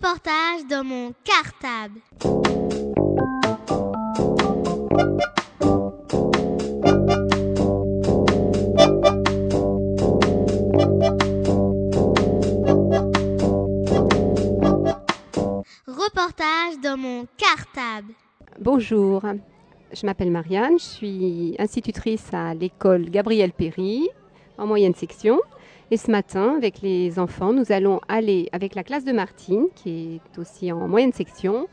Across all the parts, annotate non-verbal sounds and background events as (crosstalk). Reportage dans mon cartable. Reportage dans mon cartable. Bonjour, je m'appelle Marianne, je suis institutrice à l'école Gabriel Péry en moyenne section. Et ce matin, avec les enfants, nous allons aller avec la classe de Martine, qui est aussi en moyenne section,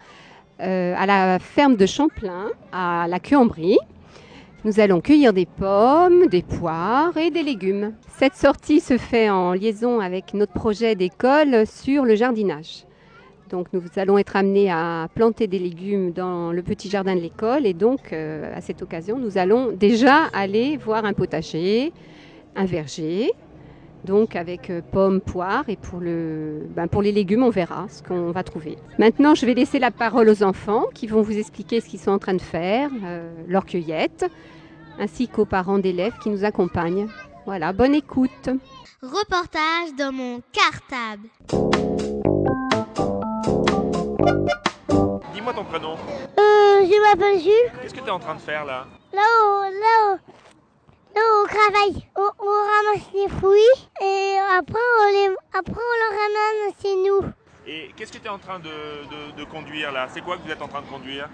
euh, à la ferme de Champlain, à la Cuambrie. Nous allons cueillir des pommes, des poires et des légumes. Cette sortie se fait en liaison avec notre projet d'école sur le jardinage. Donc nous allons être amenés à planter des légumes dans le petit jardin de l'école et donc euh, à cette occasion nous allons déjà aller voir un potager, un verger, donc avec euh, pommes, poires et pour, le, ben, pour les légumes on verra ce qu'on va trouver. Maintenant je vais laisser la parole aux enfants qui vont vous expliquer ce qu'ils sont en train de faire, euh, leur cueillette, ainsi qu'aux parents d'élèves qui nous accompagnent. Voilà, bonne écoute. Reportage dans mon cartable. Dis-moi ton prénom. Euh, je m'appelle Jules. Qu'est-ce que tu es en train de faire là Là, on, là, on- là, on travaille. On, on ramasse les fruits et après on les, après on les ramène chez nous. Et qu'est-ce que tu es en train de, de- de conduire là C'est quoi que vous êtes en train de conduire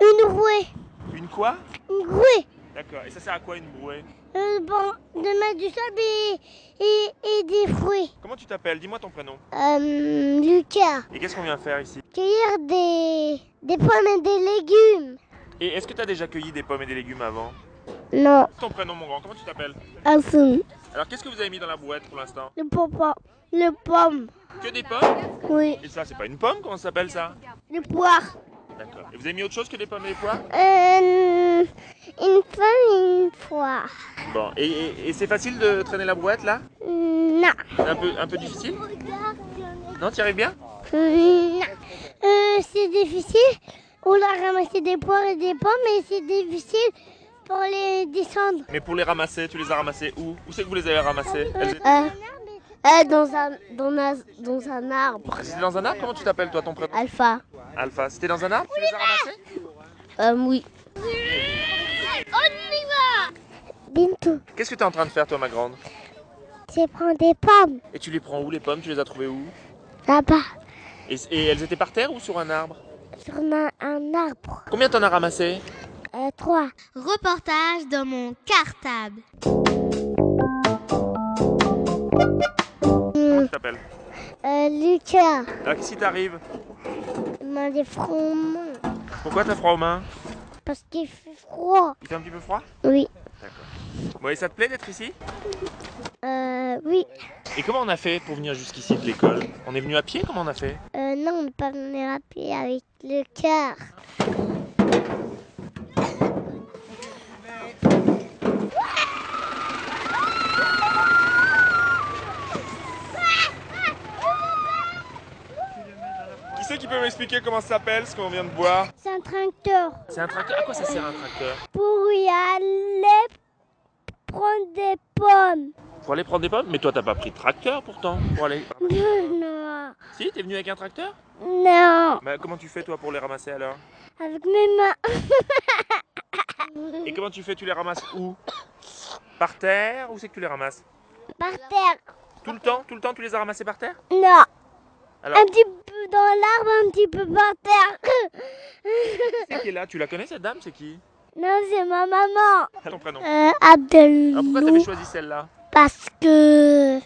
Une rouée, Une quoi une rouée. D'accord. Et ça sert à quoi une brouée Euh, bon, de mettre du sable et, et, et des fruits. Comment tu t'appelles Dis-moi ton prénom. Euh, Lucas, Et qu'est-ce qu'on vient faire ici cueillir des, des pommes et des légumes. Et est-ce que tu as déjà cueilli des pommes et des légumes avant Non, Ton prénom mon grand, comment tu t'appelles Asum, Alors qu'est-ce que vous avez mis dans la brouette pour l'instant le papa, le pomme, Que des pommes oui, Et ça c'est pas une pomme, comment ça s'appelle ça le poire. D'accord. Et vous avez mis autre chose que des pommes et des poires Euh, une pomme et une poire. Bon. Et, et- et c'est facile de traîner la brouette là Non. C'est un peu, un peu difficile Non, tu arrives bien Non. Mmh. Euh, c'est difficile. On a ramassé des poires et des pommes, mais c'est difficile pour les descendre. Mais pour les ramasser, tu les as ramassées où Où c'est que vous les avez ramassées Elles Euh, étaient- Euh, dans, un, dans, un, dans un arbre. C'était dans un arbre Comment tu t'appelles toi ton prénom Alpha. Alpha, c'était dans un arbre Tu les as ramassés Euh, oui. On y va Bintou, Qu'est-ce que t'es en train de faire toi ma grande tu prends des pommes Et tu les prends où les pommes Tu les as trouvées où là-bas, et, et elles étaient par terre ou sur un arbre sur un, un arbre. Combien t'en as ramassé Euh, trois. Reportage dans mon cartable. Comment tu t'appelles Euh, Lucas, Alors qu'est-ce qui t'arrive on a des fromages Pourquoi t'as froid aux mains parce qu'il fait froid. Il fait un petit peu froid Oui. Bon et ça te plaît d'être ici Euh, oui. Et comment on a fait pour venir jusqu'ici de l'école On est venu à pied Comment on a fait Euh, non, on peut pas venir appuyer avec le cœur. Qui c'est qui peut m'expliquer comment ça s'appelle ce qu'on vient de boire C'est un tracteur. C'est un tracteur À quoi ça sert un tracteur Pour y aller prendre des pommes. (laughs) Pour aller prendre des pommes Mais toi t'as pas pris de tracteur pourtant Pour aller... Non. Si t'es venu avec un tracteur Non. Bah comment tu fais toi pour les ramasser alors Avec mes mains. Et comment tu fais Tu les ramasses où Par terre Où c'est que tu les ramasses Par terre. Tout le temps Tout le temps tu les as ramassés par terre Non. Alors- Un petit peu dans l'arbre, un petit peu par terre. (laughs) C'est qui est là Tu la connais cette dame C'est qui Non, c'est ma maman. Ton prénom. Euh, Alors Ah, pourquoi t'avais Abdelou. choisi celle-là Parce que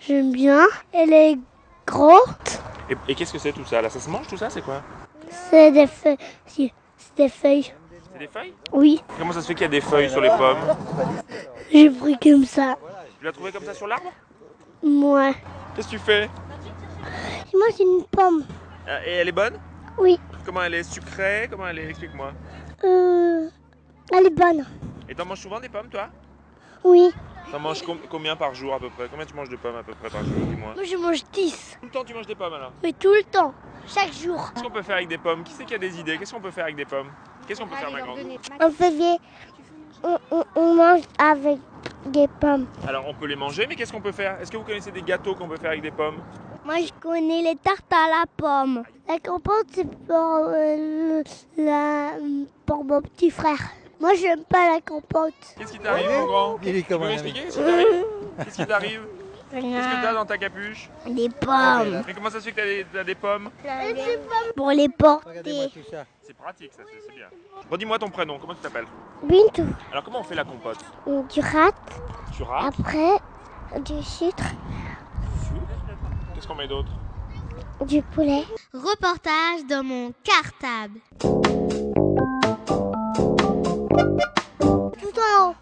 j'aime bien. Elle est grosse. Et, et qu'est-ce que c'est tout ça Là ça se mange tout ça C'est quoi C'est des feuilles. Si, C'est des feuilles. C'est des feuilles Oui. Comment ça se fait qu'il y a des feuilles sur les pommes J'ai pris comme ça. Tu l'as trouvé comme ça sur l'arbre Moi. Qu'est-ce que tu fais Moi, c'est une pomme. Euh, Et elle est bonne Oui. Comment elle est sucrée Comment elle est Explique-moi. Euh, elle est bonne. Et t'en manges souvent des pommes toi Oui. T'en manges com- combien par jour à peu près Combien tu manges de pommes à peu près par jour Dis-moi. Moi, je mange 10. Tout le temps tu manges des pommes alors Mais tout le temps. Chaque jour. Qu'est-ce qu'on peut faire avec des pommes Qui c'est qui a des idées Qu'est-ce qu'on peut faire avec des pommes Qu'est-ce qu'on peut faire ma grande En février, on, on- on mange avec des pommes. Alors on peut les manger, mais qu'est-ce qu'on peut faire Est-ce que vous connaissez des gâteaux qu'on peut faire avec des pommes Moi, je connais les tartes à la pomme. La compote, c'est pour, euh, le- la, pour mon petit frère. Moi, j'aime pas la compote. Qu'est-ce qui t'arrive, mon grand Il est Tu comme peux un ami. m'expliquer ce qui t'arrive Qu'est-ce qui t'arrive Qu'est-ce que t'as dans ta capuche Euh, Des pommes. Mais comment ça se fait que t'as des, t'as des pommes Pour les porter. Regardez-moi tout ça. C'est pratique, ça, c'est c'est bien. Redis-moi ton prénom, comment tu t'appelles Bintou. Alors, comment on fait la compote Du rat. Tu râpes Après, du sucre, Qu'est-ce qu'on met d'autre du poulet. Reportage dans mon cartable. Tout en haut.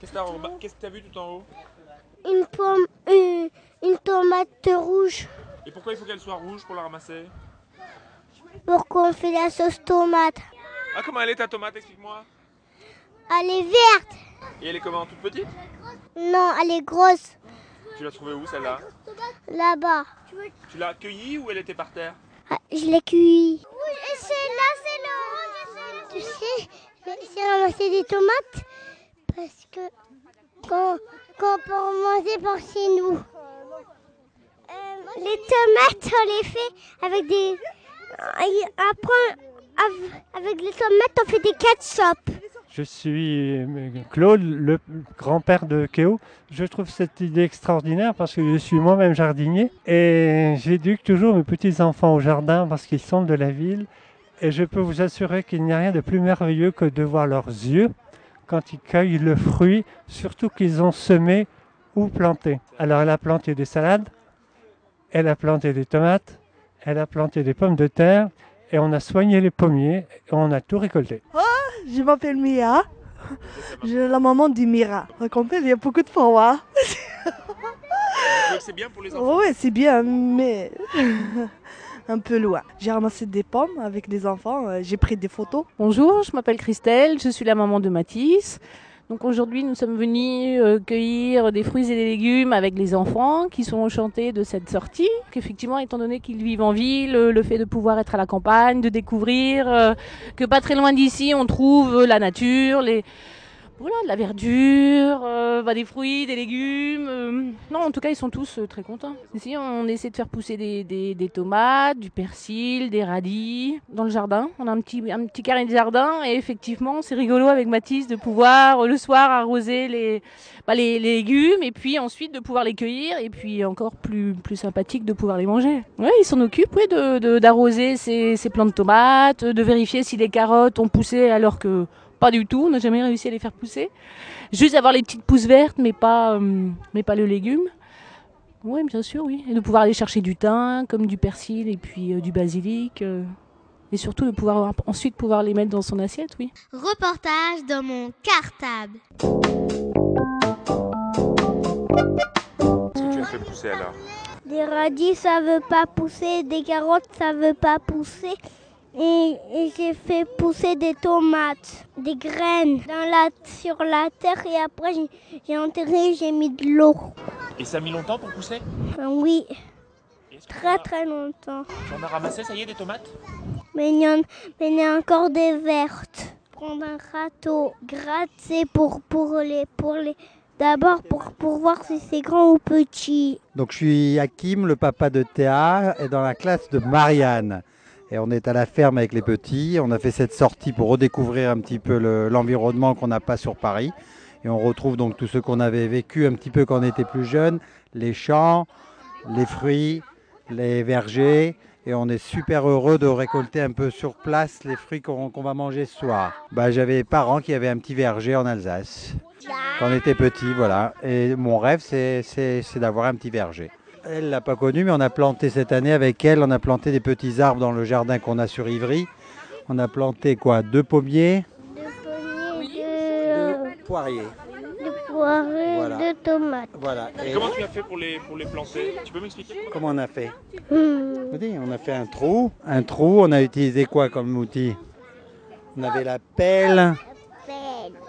Qu'est-ce que t'as en bas- qu'est-ce que t'as vu tout en haut Une pomme, une, une tomate rouge. Et pourquoi il faut qu'elle soit rouge pour la ramasser Pourquoi on fait la sauce tomate Ah, comment elle est ta tomate Explique-moi. Elle est verte. Et elle est comment Toute petite Non, elle est grosse. Tu l'as trouvée où celle-là Là-bas. Tu l'as cueillie ou elle était par terre Ah, je l'ai cuit. Oui, et là c'est le Tu sais, j'ai ramassé des tomates parce que quand, quand pour manger par chez nous, Euh, les tomates, on les fait avec des. et Après, av- avec les tomates, on fait des ketchup. Je suis euh, Claude, le grand-père de Kéo. Je trouve cette idée extraordinaire parce que je suis moi-même jardinier et j'éduque toujours mes petits-enfants au jardin parce qu'ils sont de la ville. Et je peux vous assurer qu'il n'y a rien de plus merveilleux que de voir leurs yeux quand ils cueillent le fruit, surtout qu'ils ont semé ou planté. Alors elle a planté des salades, elle a planté des tomates, elle a planté des pommes de terre et on a soigné les pommiers et on a tout récolté. Je m'appelle Mia. Je suis la maman du Mira. Racontez, il y a beaucoup de fois. hein. Oh Donc c'est bien pour les enfants. Ouais, c'est bien, mais (laughs) un peu loin. J'ai ramassé des pommes avec des enfants. euh, J'ai pris des photos. Bonjour, je m'appelle Christelle, je suis la maman de Mathis. Donc aujourd'hui, nous sommes venus euh, cueillir des fruits et des légumes avec les enfants qui sont enchantés de cette sortie. Effectivement, étant donné qu'ils vivent en ville, euh, le fait de pouvoir être à la campagne, de découvrir euh, que pas très loin d'ici, on trouve euh, la nature, les voilà, de la verdure, euh, bah, des fruits, des légumes. euh. Non, en tout cas, ils sont tous euh, très contents. Ici, on essaie de faire pousser des, des- des tomates, du persil, des radis dans le jardin. On a un petit, un petit carré de jardin et effectivement, c'est rigolo avec Mathis de pouvoir euh, le soir arroser les, bah, les, les légumes et puis ensuite de pouvoir les cueillir et puis encore plus, plus sympathique de pouvoir les manger. Oui, ils s'en occupent ouais, de- de- d'arroser ces, ces plants de tomates, de vérifier si les carottes ont poussé alors que pas du tout, on n'a jamais réussi à les faire pousser. Juste avoir les petites pousses vertes, mais pas, euh, mais pas le légume. Oui, bien sûr, oui. Et de pouvoir aller chercher du thym, comme du persil et puis euh, du basilic. euh. et surtout de pouvoir avoir- ensuite pouvoir les mettre dans son assiette, oui. Reportage dans mon cartable. Qu'est-ce que tu as fait pousser alors Des radis, ça veut pas pousser. Des carottes, ça veut pas pousser. Et, et j'ai fait pousser des tomates, des graines dans la, sur la terre. Et après, j'ai- j'ai enterré, j'ai mis de l'eau. Et ça a mis longtemps pour pousser Enfin, oui, Et est-ce que très t'en as- très longtemps. Tu en as ramassé, ça y est, des tomates Mais il y en, mais il y a encore des vertes. Prendre un râteau, gratter pour, pour les... Pour les D'abord pour, pour voir si c'est grand ou petit. Donc je suis Hakim, le papa de Théa, et dans la classe de Marianne. Et on est à la ferme avec les petits. On a fait cette sortie pour redécouvrir un petit peu le- l'environnement qu'on n'a pas sur Paris. Et on retrouve donc tout ce qu'on avait vécu un petit peu quand on était plus jeune, les champs, les fruits, les vergers. Et on est super heureux de récolter un peu sur place les fruits qu'on qu'on va manger ce soir. Bah, J'avais des parents qui avaient un petit verger en Alsace quand on était petit, voilà. Et mon rêve, c'est- c'est c'est d'avoir un petit verger. Elle l'a pas connu, mais on a planté cette année avec elle, on a planté des petits arbres dans le jardin qu'on a sur Ivry. On a planté quoi Deux pommiers, Deux pommiers, deux, deux poiriers. poirées, Voilà. deux tomates. Voilà. Et Comment tu as fait pour les, pour les planter Tu peux m'expliquer comment on a fait Hmm. Écoutez, On a fait un trou. Un trou, on a utilisé quoi comme outil On avait la pelle.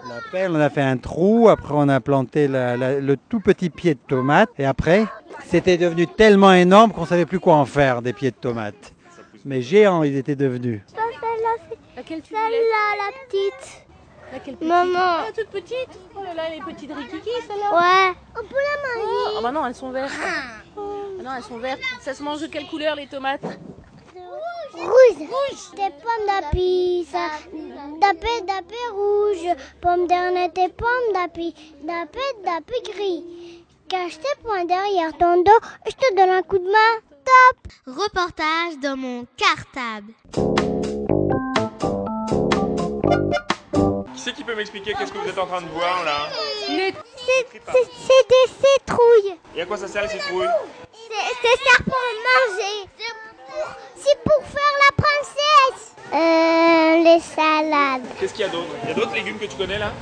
La pelle, on a fait un trou, après on a planté la- la- le tout petit pied de tomate, et après, c'était devenu tellement énorme qu'on ne savait plus quoi en faire des pieds de tomate. Mais géants, ils étaient devenus. Laquelle tu Celle-là, la petite. Laquelle Maman. Ah, toute petite Oh là là, les petites rikiki, celle-là Ouais. Ah bah non, elles sont vertes. Ah non, elles sont vertes. Ça se mange de quelle couleur les tomates Rouge. Des pommes d'api, ça. D'apé, d'apé rouge. Pomme dernière, tes pommes d'api. D'apé, d'apé gris. Cache tes poings derrière ton dos. Je te donne un coup de main. Reportage dans mon cartable. Qui c'est qui peut m'expliquer qu'est-ce que vous êtes en train de boire là J'écris pas. C'est des citrouilles. Et à quoi ça sert les citrouilles C'est ça pour manger. C'est pour faire la princesse. Euh, les salades. Qu'est-ce qu'il y a d'autre Il y a d'autres légumes que tu connais là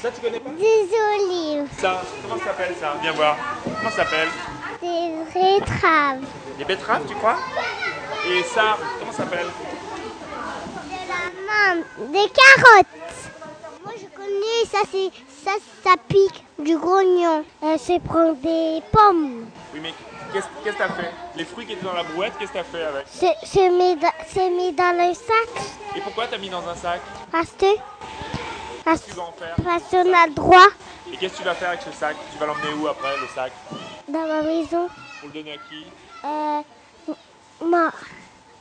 Ça tu connais pas Des olives. Ça, comment ça s'appelle ça Viens voir. Comment ça s'appelle Des rétraves. Les betteraves tu crois Et ça, comment ça s'appelle Des carottes. Moi je connais ça, c'est ça, ça pique du grognon. Euh, c'est prendre des pommes. Oui mais qu'est-ce qu'est-ce que t'as fait Les fruits qui étaient dans la brouette, qu'est-ce que t'as fait avec C'est c'est mis, da- c'est mis dans le sac. Et pourquoi t'as mis dans un sac Parce que, parce, Tu vas en faire. parce qu'on a droit Et qu'est-ce que tu vas faire avec ce sac Tu vas l'emmener où après le sac dans ma maison Pour le donner à qui euh, ma-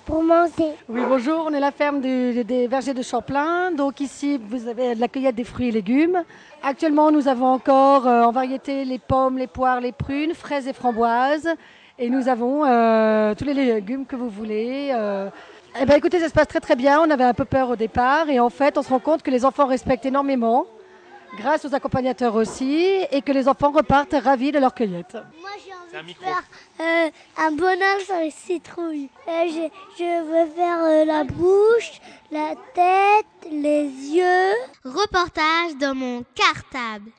pour manger. Oui, bonjour, on est la ferme du- des vergers de Champlain. Donc ici, vous avez de la cueillette des fruits et légumes. Actuellement, nous avons encore euh, en variété les pommes, les poires, les prunes, fraises et framboises. Et nous avons euh, tous les légumes que vous voulez. euh. Eh bien, écoutez, ça se passe très très bien. On avait un peu peur au départ. Et en fait, on se rend compte que les enfants respectent énormément, grâce aux accompagnateurs aussi, et que les enfants repartent ravis de leur cueillette. Moi j'ai envie C'est un micro. faire euh, un bonheur sans les citrouilles. Euh, je, je veux faire euh, la bouche, la tête, les yeux. Reportage dans mon cartable.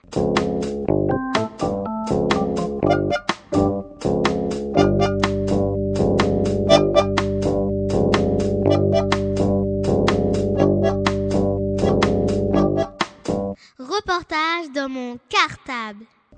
Reportage dans mon cartable.